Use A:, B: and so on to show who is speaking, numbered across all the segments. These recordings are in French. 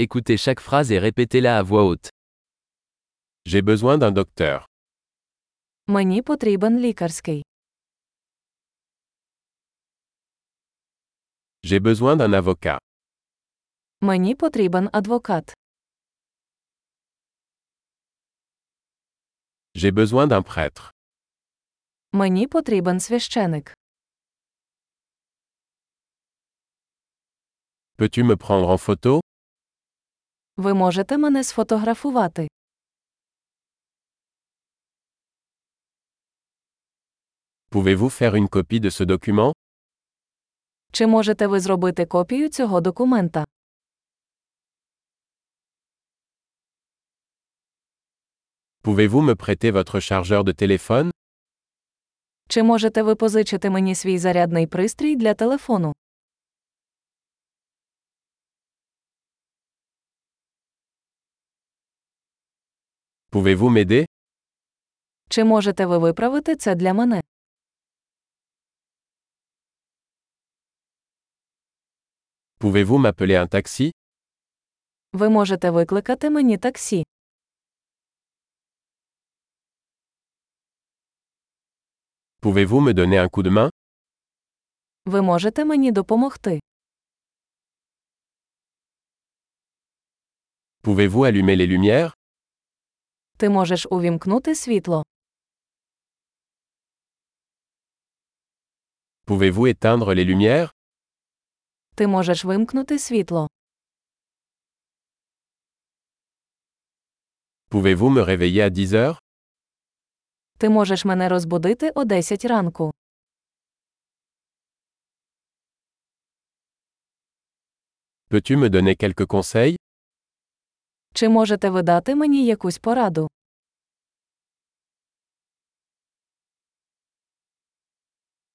A: Écoutez chaque phrase et répétez-la à voix haute.
B: J'ai besoin d'un docteur.
C: Мені потрібен лікарський.
B: J'ai besoin d'un avocat.
C: Мені потрібен адвокат.
B: J'ai besoin d'un prêtre.
C: Мені потрібен священик.
B: Peux-tu me prendre en photo
C: Ви можете мене сфотографувати.
B: Pouvez-vous faire une copie de ce document
C: Чи можете ви зробити копію цього документа?
B: Pouvez-vous me prêter votre chargeur de téléphone
C: Чи можете ви позичити мені свій зарядний пристрій для телефону?
B: Pouvez-vous m'aider
C: Чи можете ви виправити це для мене?
B: Pouvez-vous m'appeler un taxi
C: Ви можете викликати мені таксі.
B: Pouvez-vous me donner un coup de main
C: Ви можете мені допомогти.
B: Pouvez-vous allumer les lumières
C: Ти можеш увімкнути світло.
B: Pouvez-vous éteindre les lumières
C: Ти можеш вимкнути світло.
B: Pouvez-vous me réveiller à 10 heures
C: Ти можеш мене розбудити о 10 ранку.
B: Peux-tu me donner quelques conseils
C: Чи можете ви дати мені якусь пораду?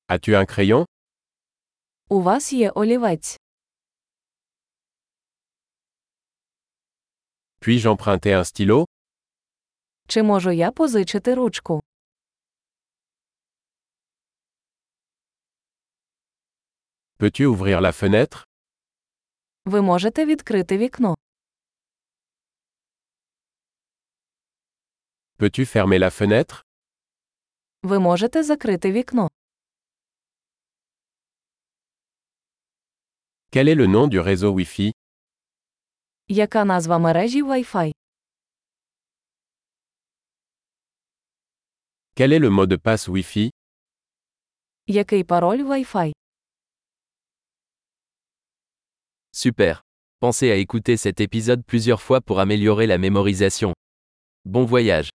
B: As-tu un crayon
C: У вас є олівець.
B: Puis-je emprunter un stylo
C: Чи можу я позичити ручку?
B: Peux-tu ouvrir la fenêtre
C: Ви можете відкрити вікно.
B: Peux-tu fermer la fenêtre
C: Ви можете закрити вікно.
B: Quel est le nom du réseau Wi-Fi
C: Яка назва мережі Wi-Fi?
B: Quel est le mot de passe Wi-Fi
C: Який пароль Wi-Fi?
A: Super. Pensez à écouter cet épisode plusieurs fois pour améliorer la mémorisation. Bon voyage.